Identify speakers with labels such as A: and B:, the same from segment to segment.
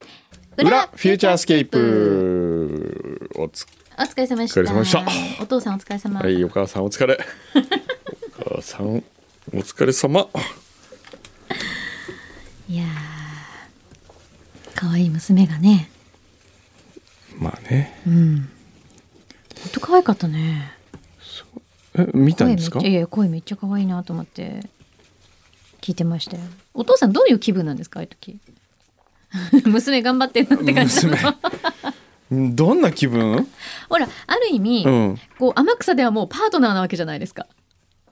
A: フューチャースケープおつ
B: お疲れ様でした。
A: お疲れ様でした
B: お父さんお疲れ様。
A: はいお母さんお疲れお母さんお疲れ様
B: いやー、可愛い娘がね。
A: まあね
B: うん。ほんと可愛かったね。
A: え見た
B: 声
A: ん
B: めっ
A: です
B: ち
A: か
B: ゃいやいや声めっちゃ可愛いなと思って聞いてましたよ。お父さんどういう気分なんですかああいう時。 娘頑張ってんなって感じなの。
A: 娘うんどんな気分
B: ほらある意味、
A: うん
B: こう天草ではもうパートナーなわけじゃないですか。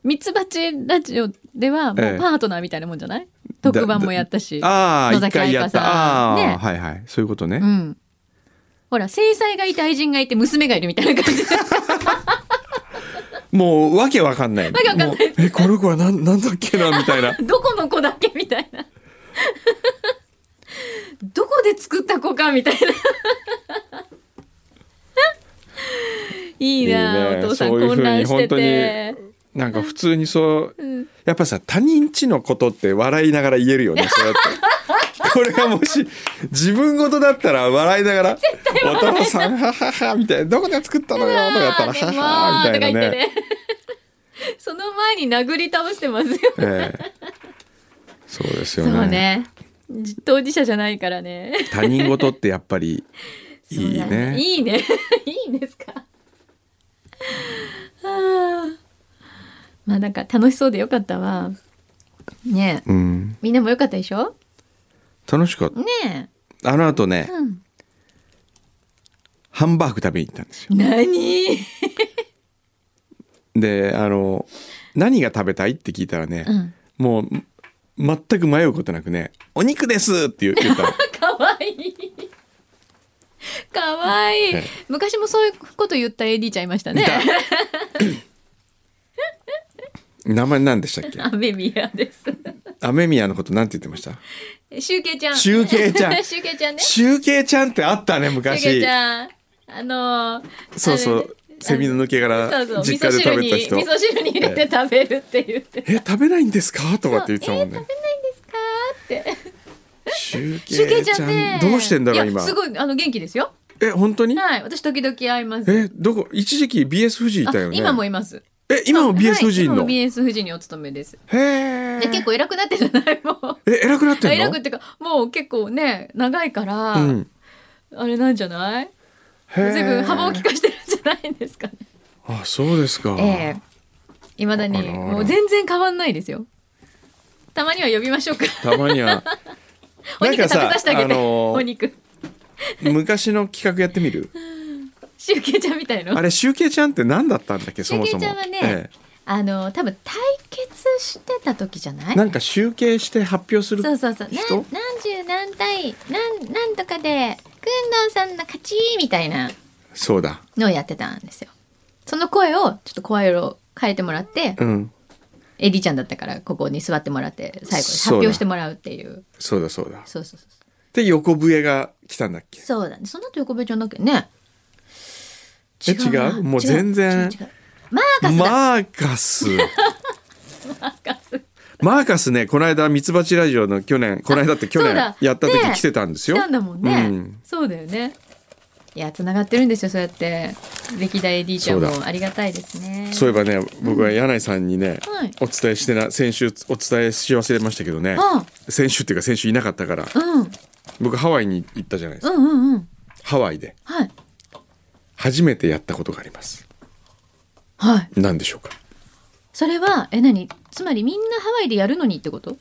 B: ミツバチラジオではも
A: ええ
B: うパートナーみたいなもんじゃない、特番もやったし。
A: ああ
B: 野
A: 一
B: 崎
A: 回や
B: 愛香
A: っ
B: さん
A: たああー、
B: ね
A: はいはいそういうこと
B: う
A: ね、
B: ん。ほら、制裁がいて愛人がいて娘がいるみたいな感じで。
A: もうわけわかんないわ
B: けわかんない
A: えこの子はなんなんだっけなみたいな
B: どこの子だっけみたいな。どこで作った子かみたいな。いいなあ
A: いいね
B: お父さん
A: そういう風に
B: 混乱してて。
A: なんか普通にそう
B: うん
A: やっぱさ他人知のことって笑いながら言えるよねそうやってこれがもし自分事だったら笑いながら「お父さんははは」みたいな「どこで作ったのよ」とかやったら「
B: あーでも
A: はは」みたいな
B: と
A: ね。
B: か言ってねその前に殴り倒してますよ。
A: ええそうですよ
B: そ
A: ね
B: うね。じ当事者じゃないからね。
A: 他人事ってやっぱりいい
B: そうだ
A: ね
B: いいね。 いいんですか。 はあまあなんか楽しそうでよかったわ。ねえ、
A: うん、
B: みんなもよかったでしょ
A: 楽しかった
B: ね
A: あの後
B: え。
A: ね
B: うん。
A: ハンバーグ食べに行ったんですよ
B: 何
A: であの何が食べたいって聞いたらね、
B: うん。
A: もう全く迷うことなくね「お肉です!」って言言ったの
B: かわいい。かわいい
A: ええ。
B: 昔もそういうこと言った AD ちゃんいました ね。
A: 名前何でしたっけ
B: アメミヤです。
A: 雨宮のことなんて言ってました
B: シュウケイちゃん。
A: シュウケイちゃ ん
B: シュウケイちゃんね。シ
A: シュウケイちゃんってあったね
B: ュウケイ
A: 昔
B: ちゃん。あのー
A: そうそ
B: あれ
A: うセミの抜け
B: そ
A: 殻
B: うそう味
A: 実
B: 噌
A: 家
B: 汁
A: で食
B: に
A: べ
B: 味
A: た人
B: 噌汁に入れて食べるって言って
A: え食べないんですかとかって言ってたもん
B: えー
A: ね
B: 食べないんですかって
A: シュウ
B: シュウ
A: ケ
B: ケイ
A: イ
B: ちゃ
A: ち
B: ん
A: ゃ
B: ね
A: んどうしてんだろう
B: いや
A: 今
B: すごいあの元気ですよ
A: え本当に
B: はい私時々会います
A: えどこ一時期 BS 富士いたよ
B: あ
A: ね
B: 今もいます
A: え今も BS 富士いん
B: はい、今
A: の
B: も
A: へ
B: BS 富士にお勤めです
A: え
B: で結構偉くなってるじゃないもう
A: え偉くな ってんの
B: 偉くっていうかもう結構ね長いから、
A: うん
B: あれなんじゃない
A: へー
B: 随分幅を利かしてるんじゃないんですかね
A: あそうですか
B: ええいまだ
A: あ
B: に
A: らあら
B: もう全然変わんないですよたまには呼びましょうか
A: たまには
B: お肉食べさせてあげて、
A: なんかさあのー
B: お肉
A: 昔の企画やって みる
B: シュウケイちゃんみたいの
A: あれシュウケイちゃんって何だったんだっけそもそも
B: シュウケイちゃんはねあの多分対決してた時じゃない
A: なんか集計して発表する
B: そうそうそうな
A: 人
B: ん何十何対何何とかでくんどんさんの勝ちみたいな
A: そうだ
B: のをやってたんですよその声をちょっと声を変えてもらって、
A: うん
B: エリちゃんだったからここに座ってもらって最後に発
A: そうだ
B: 表してもらうっていう
A: そうだそうだ
B: そうそうそうそう
A: で横笛が来たんだっけ
B: そうだねその後横部長だっけね
A: え
B: な
A: 違うもう全然
B: 違う違う違うマーカスだ、
A: マーカ ス
B: マーカス
A: マーカスねこの間ミツバチラジオの去年この間って去
B: そう
A: 年
B: だ
A: やった時
B: ね
A: 来てたんです
B: 来
A: よ
B: たんだもんね、
A: うん
B: そうだよねいや繋がってるんですよそうやって歴代 AD ちゃん
A: そう
B: もありがたいですね
A: そういえばね僕は柳井さんにね、
B: はい
A: お伝えしてな先週お伝えし忘れましたけどね
B: あ
A: 先週っていうか先週いなかったから
B: うんうん
A: 僕ハワイに行ったじゃないですか
B: うんうん
A: ハワイで
B: はい
A: 初めてやったことがあります
B: はい
A: 何でしょうか
B: それはえ何つまりみんなハワイでやるのにってこと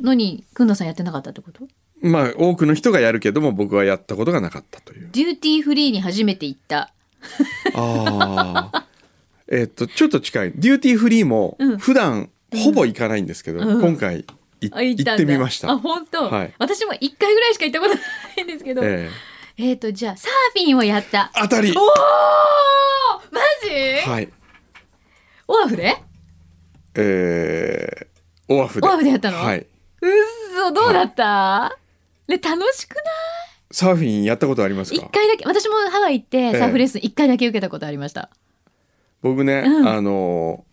B: のにくんどさんやってなかったってこと
A: まあ多くの人がやるけども僕はやったことがなかったという
B: デューティーフリーに初めて行った
A: ああ。 えっと、ちょっと近い。デューティーフリーも
B: うん、
A: 普段、ほぼ行かないんですけど、
B: うん
A: 今回い、
B: あ
A: 行
B: たんだ
A: ってみまし
B: あ
A: た。
B: 本当、
A: はい
B: 私も一回ぐらいしか行ったことないんですけどえっ、
A: ええ
B: とじゃあサーフィンをやった
A: 当たり
B: おおマジ、
A: はい。
B: オアフで
A: えー、オアフで。
B: オアフでやったの
A: はい。
B: うっそどうだった、で楽しくない
A: サーフィンやったことあります
B: 一
A: か
B: 回だけ私もハワイ行ってサーフレッスン一回だけ受けたことありました、
A: 僕ね、
B: うん
A: あの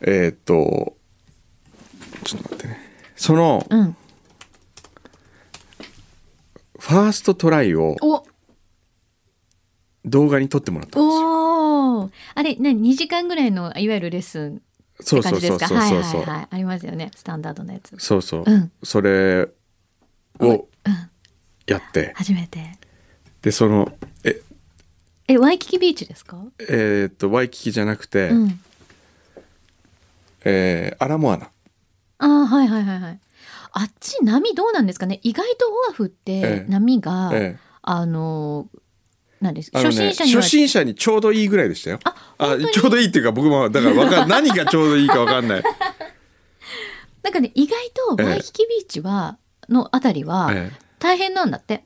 A: ー、えっと、ちょっと待ってね。その、
B: うん
A: ファーストトライを
B: お
A: 動画に撮ってもらったんですよ。
B: おーあれね2時間ぐらいのいわゆるレッスンって感じですか
A: そう
B: はい
A: そう
B: は
A: そうそう
B: いはいありますよねスタンダードのやつ
A: そうそう、
B: うん
A: それをやって
B: 初めて
A: でそのえ
B: えワイキキビーチですか
A: えーっとワイキキじゃなくて、
B: うん
A: えーアラモアナ、
B: あーはいはいはいはいあっち波どうなんですかね意外とオアフっ
A: え
B: て
A: え
B: 波が、
A: え
B: あのなんです
A: えあの
B: 初
A: ね
B: 心者には
A: 初心者にちょうどいいぐらいでしたよ。
B: あ
A: あちょうどいいっていうか僕もだからわか ん何がちょうどいいかわかんない。
B: なんかね意外と
A: ええ
B: ワイキキビーチは、のあたりは
A: え
B: 大変なんだって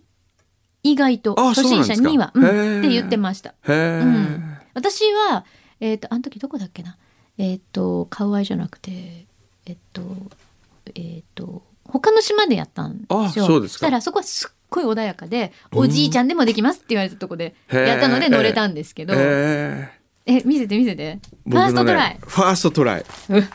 B: 意外と
A: あ
B: 初心者には
A: そううなん
B: ん
A: ですかへー
B: って言ってました
A: えへえ、
B: うん私はえっ、とあの時どこだっけなえっ、とカウアイじゃなくてえっ、とえっ、と他の島でやったんですよ
A: あそうですか
B: したらそこはすっごい穏やかでおじいちゃんでもできますって言われたとこで
A: へー
B: やったので乗れたんですけど、
A: ええ
B: え見せて見せて、ファーストトライ
A: ファーストトライ。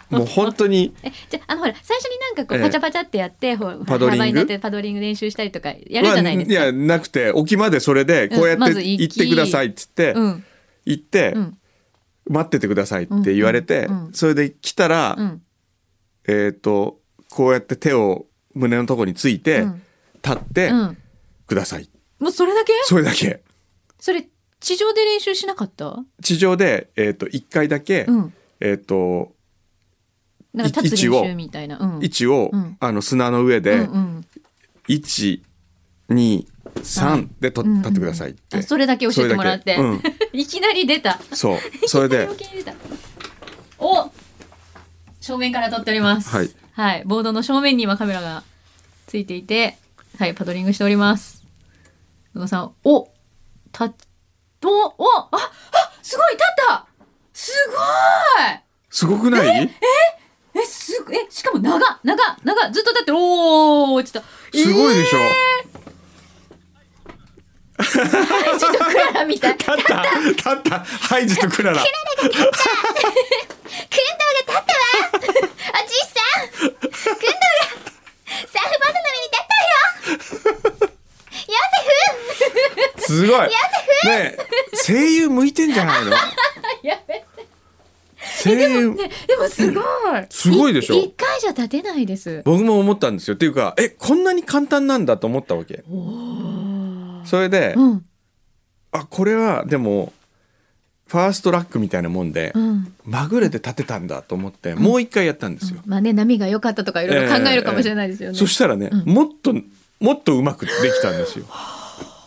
A: もう本当に
B: えじゃああのほら最初になんかこ
A: え
B: う
A: え
B: パチャパチャってやって、ほら
A: パドリン
B: 幅
A: グ
B: になってパドリング練習したりとかやるじゃないです
A: まあ
B: か。
A: やなくて沖までそれでこうやっ
B: うんま
A: て
B: ず行
A: 行っ
B: き
A: てくださいっつって、
B: うん
A: 行って、
B: うん
A: 待っててくださいって言われて、
B: うんうん
A: それで来たら、
B: うん
A: えっ、とこうやって手を胸のとこについて、
B: うん
A: 立って
B: うん
A: ください、
B: もうそれだけ
A: それだけ
B: それ地上で練習しなかった、
A: 地上で、えー、と1回だけ、
B: うん、
A: えっ、と
B: なんか
A: い
B: 立つ
A: 位置を
B: 練習みたいな、うん、
A: 位置を、
B: うん
A: あの砂の上で、
B: うんうん
A: 123でと、
B: うんうん
A: 立ってくださいって、
B: あそれだけ教えてもらって、
A: それだけ
B: いきなり出た
A: そうそ れで
B: いきなり出たお正面から撮っております
A: はい、
B: はい、ボードの正面に今カメラがついていてはいパドリングしております野田さんおたどうおああすごい立ったすごい
A: すごくない、
B: えすごいえしかも長長長ずっと立ってるおー落ちた
A: すごいでしょ、
B: えーちょっとクララみたい
A: 立った立ったハイジと クララ
B: クンドが立ったわおじいさんクンドがサーフボードの上に立ったよ
A: すごいねえ声優向いてんじ ゃないの
B: やめ
A: 声優、
B: ねでもすごい
A: すごいでしょ
B: 一回じゃ立てないです
A: 僕も思ったんですよっていうかえこんなに簡単なんだと思ったわけそれで、
B: うん
A: あこれはでもファーストラックみたいなもんで、
B: うん
A: まぐれで立てたんだと思ってもう一回やったんですよ、
B: まあね波が良かったとかいろいろ考えるかもしれないですよね、
A: そしたらね、
B: うん
A: もっともっとうまくできたん ですよ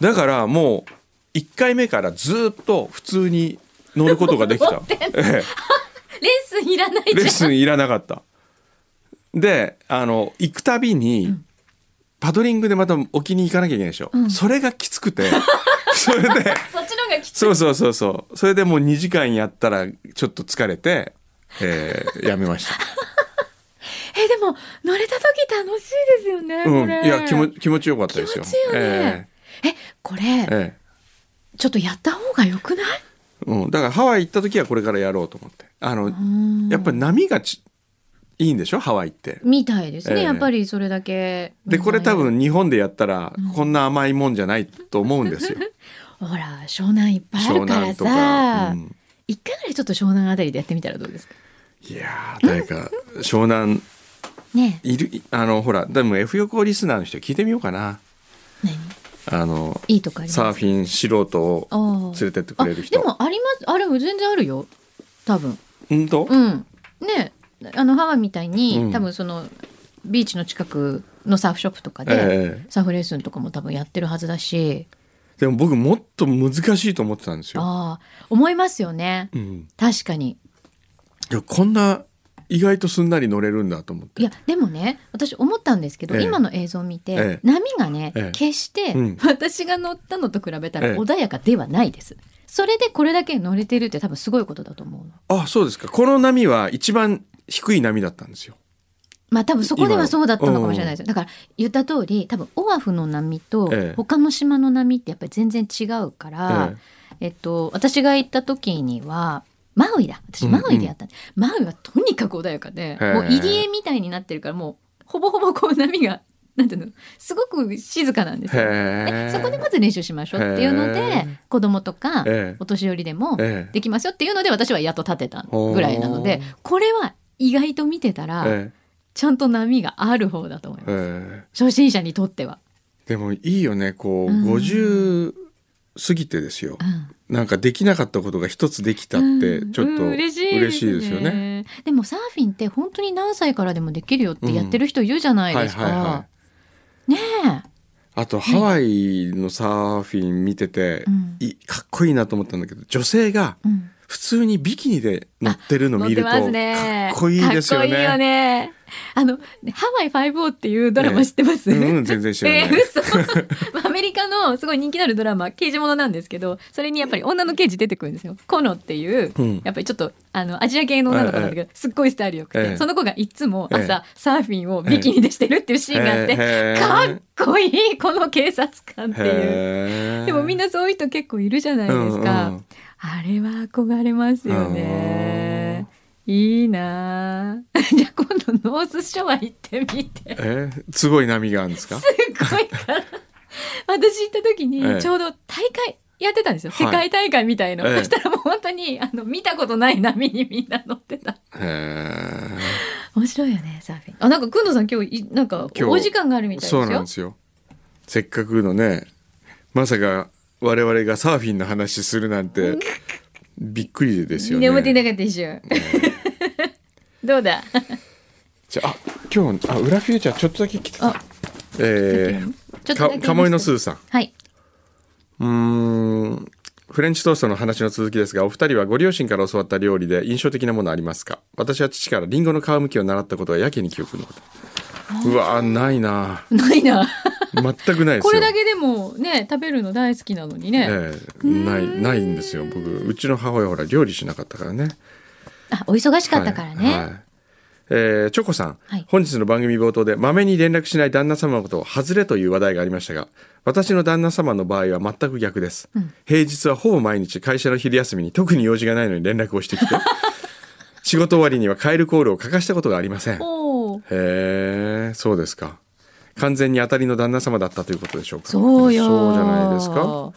A: だからもう一回目からずっと普通に乗ることがで き
B: 乗
A: た
B: っ、
A: え
B: てん
A: え
B: レッスンいらないじゃん
A: レッスンいらなかった。であの行くたびに、パドリングでまた沖に行かなきゃいけないでしょ、
B: ん
A: それがきつ くてそれで
B: そっちの方がきつい
A: そうそうそうそうそれでもう2時間やったらちょっと疲れて、えーやめまし
B: えでも乗れた時楽しいですよね、
A: た、うん、
B: こ
A: い
B: れ
A: や気も気持ちよかった
B: 気
A: で
B: 持
A: すよ
B: ちいいよね、えこれ
A: えーえ
B: ちょっとやった方が良くない
A: ーうん、だからハワイ行った時はこれからやろうと思ってあの、
B: うん
A: やっぱり波がちいいんでしょハワイって
B: みたいですね、
A: ええ
B: やっぱりそれだけ
A: でこれ多分日本でやったらこんな甘いもんじゃないと思うんですよ
B: ほら湘南いっぱいあ
A: 湘
B: るから
A: 南とか、
B: さ
A: うん
B: 一、回ぐらいちょっと湘南あたりでやってみたらどうですか
A: いやー誰か湘南
B: ねえ
A: いるいあのほらでも F 横リスナーの人聞いてみようかな
B: 何
A: あの
B: いいとこあります
A: サーフィン素人を
B: あ
A: 連
B: ー
A: れてってくれる人
B: あでもありますあれ全然あるよ多分
A: うんと、
B: うんねえあのハワイみたいに、
A: うん
B: 多分そのビーチの近くのサーフショップとかで、
A: ええ
B: サーフレッスンとかも多分やってるはずだし
A: でも僕もっと難しいと思ってたんですよ、
B: ああ思いますよね
A: うん、
B: 確かに
A: いやこんな意外とすんなり乗れるんだと思って
B: いやでもね私思ったんですけど、
A: ええ
B: 今の映像を見て、
A: ええ
B: 波がね、
A: ええ
B: 決して
A: うん
B: 私が乗ったのと比べた
A: え
B: ら
A: え
B: 穏やかではないです、それでこれだけ乗れてるって多分すごいことだと思うの
A: あそうですかこの波は一番低い波だったんですよ
B: まあ多分そこで
A: 今の
B: はそうだったのかもしれないですよだから言った通り多分オアフの波と
A: ええ
B: 他の島の波ってやっぱり全然違うから、えっと、私が行った時にはマウイだ私
A: うん
B: マウイでやったんで、マウイはとにかく穏やかで、
A: へえ
B: もう入り江みたいになってるからもうほぼほぼこう波がなんていうのすごく静かなんですよ。
A: へえ
B: でそこでまず練習しましょうっていうの
A: へ
B: で
A: ー
B: 子供とか
A: ええ
B: お年寄りでも
A: ええ
B: できますよっていうので私はやっと立てたぐらいなので
A: ほ
B: これは意外と見てたら
A: え
B: ちゃんと波がある方だと思い
A: え
B: ます
A: え
B: 初心者にとっては。
A: えでもいいよねこ
B: う
A: う、
B: ん
A: 50過ぎてですよ
B: うん
A: なんかできなかったことが一つできたって
B: うん
A: ちょっと
B: うん
A: 嬉しいですよね。
B: ねでもサーフィンって本当に何歳からでもできるよってやってる人いるじゃないですか。
A: はいはいはい
B: ね
A: あとハワイのサーフィン見てて、
B: うん
A: いかっこいいなと思ったんだけど女性が
B: え、うん、
A: 普通にビキニで乗ってるの見ると
B: 乗ってま
A: か
B: す
A: っ
B: ね
A: こいいですよ
B: かっこいいよ
A: ね。
B: ね。あのハワイ5っていうドラマ知ってます？
A: うんうん全然知らない
B: えー嘘まあアメリカのすごい人気のあるドラマ刑事ものなんですけどそれにやっぱり女の刑事出てくるんですよコノっていう、
A: うん
B: やっぱりちょっとあのアジア系の女の子なんだけど、すっごいスタイルよくて、
A: ええ
B: その子がいつも朝、
A: ええ
B: サーフィンをビキニでしてるっていうシーンがあって、
A: へー
B: かっこいいこの警察官っていう。
A: へー
B: でもみんなそういう人結構いるじゃないですか、
A: うんうん
B: あれは憧れますよねいいなあ じゃあ今度ノースショア行ってみて
A: えーすごい波があるんです か。
B: すごいから私行った時
A: ええ
B: にちょうど大会やってたんですよ、
A: はい
B: 世界大会みたいの、
A: ええ
B: そしたらもう本当にあの見たことない波にみんな乗ってた
A: へー
B: 面白いよねサーフィンあなんかくんどさん今日いなんか
A: 今日
B: お時間があるみたいです
A: そう
B: よ
A: なんですよ。せっかくのね、まさか我々がサーフィンの話するなんてびっくりですよ
B: みんな思ってな
A: ね。
B: かったでしょ、 どうだ
A: じゃああ今日あ裏フューチャーちょっとだけ来てた
B: あ。
A: え
B: ちょ
A: ー、
B: っとだ
A: か
B: け
A: 鴨居のすーさん。
B: はい。
A: うーんフレンチトーストの話の続きですがお二人はご両親から教わった料理で印象的なものありますか私は父からリンゴの皮むきを習ったことがやけに記憶に残ったうわーないな
B: ないな。
A: 全くない ですよ
B: これだけでもね、食べるの大好きなのにね。
A: ええないないんですよ僕うちの母親ほら料理しなかったからね
B: あ、お忙しかったからね。
A: はいはいえーチョコさん、
B: はい
A: 本日の番組冒頭でまめに連絡しない旦那様のことを外れという話題がありましたが私の旦那様の場合は全く逆です、平日はほぼ毎日会社の昼休みに特に用事がないのに連絡をしてき て仕事終わりには帰るコールを欠かしたことがありませんへ
B: おお。
A: えそうですか完全に当たりの旦那様だったということでしょうか
B: そうよ。
A: そうじゃないですか。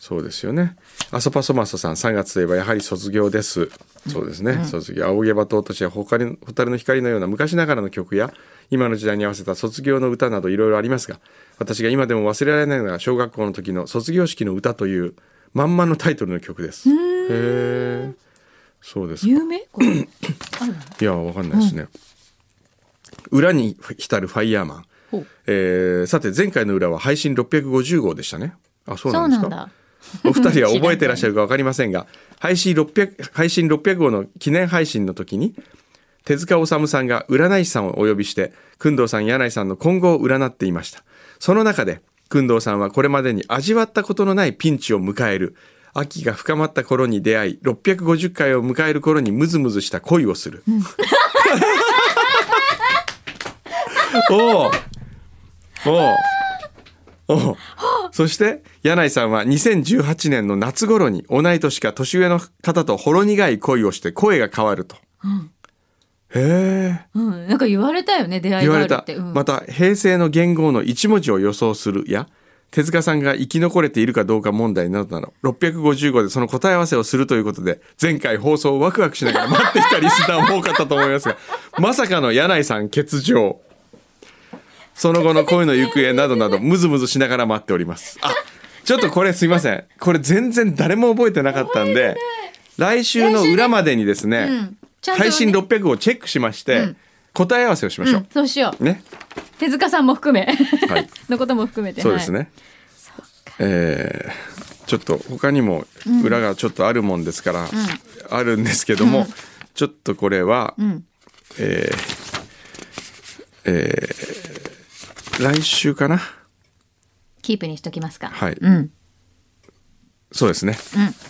A: そうですよね。アソパソマソさん、3月といえばやはり卒業です。そうですね。卒業。青毛羽島としては蛍蛍の光のような昔ながらの曲や、今の時代に合わせた卒業の歌などいろいろありますが、私が今でも忘れられないのが小学校の時の卒業式の歌という、まんまのタイトルの曲です。へえ。そうですか。
B: 有名これ。あるの
A: いや、わかんないですね。裏に浸るファイヤーマン。
B: ほう
A: えーさて、前回の裏は配信650号でしたね。あ、そうなんです
B: そ
A: か
B: う。なんだ。
A: お 二人は覚えてらっしゃるか分かりませんが配信600配信600号の記念配信の時に手塚治虫さんが占い師さんをお呼びして工藤さん柳井さんの今後を占っていましたその中で工藤さんはこれまでに味わったことのないピンチを迎える秋が深まった頃に出会い650回を迎える頃にムズムズした恋をする、 おうおうおうそして柳井さんは2018年の夏頃に同い年か年上の方とほろ苦い恋をして声が変わると。へえ
B: うん。なんか言われたよね、出会い
A: 言わ
B: がある
A: れた
B: って。うん、
A: また平成の元号の一文字を予想するや手塚さんが生き残れているかどうか問題などなど655でその答え合わせをするということで前回放送をワクワクしながら待っていたリスナーも多かったと思いますが まさかの柳井さん欠場その後の恋の行方などなどムズムズしながら待っておりますあちょっとこれすいませんこれ全然誰も覚えてなかったんで来週の裏までにですね
B: うんちゃんとね
A: 配信600をチェックしまして、
B: うん
A: 答え合わせをしまし
B: う
A: ょ
B: ん、そうしよ
A: う、ね
B: う。手塚さんも含め。
A: はい
B: のことも含めて。
A: そうです
B: はい。
A: ね。えーちょっと他にも裏がちょっとあるもんですから、あるんですけども、ちょっとこれは、
B: ん
A: えーえー来週かな
B: キープにしときますか。
A: はい
B: うん。うん。
A: そうですね。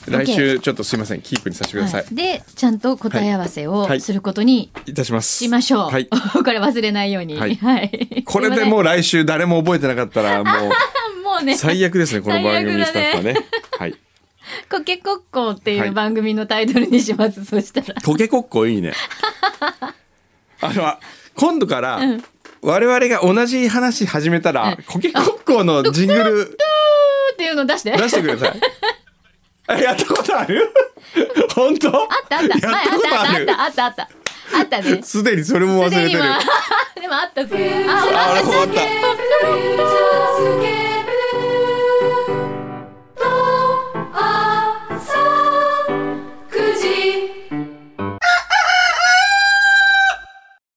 A: 来
B: OK
A: 週ちょっとすいませんキープにさせてください。
B: はいで、ちゃんと答え合わせ
A: はいは
B: を
A: い
B: することに
A: い、たします。
B: しましょう。
A: はい
B: これ忘れないように。
A: はい
B: はい。
A: これ
B: すいま
A: で
B: せん
A: もう来週誰も覚えてなかったらもう
B: もうね、
A: 最 悪ですねこの番組スタッフはね。はい。
B: コケコッコーって
A: はいいう
B: 番組のタイトルにします。そしたら。
A: トゲコッコいいね。あの、今度から、我々が同じ話始めたら
B: うん
A: コケコッコーのジングル
B: っていうの出して。あっ
A: 出してくだ さいえやったことある 本当あった
B: あった。前
A: やったことあ
B: あっ
A: る
B: たあったあったあったあった。あったね。
A: すでに それも忘れてる
B: すでに今でもあったぜ。あ、
A: あ終わった
C: 「つけ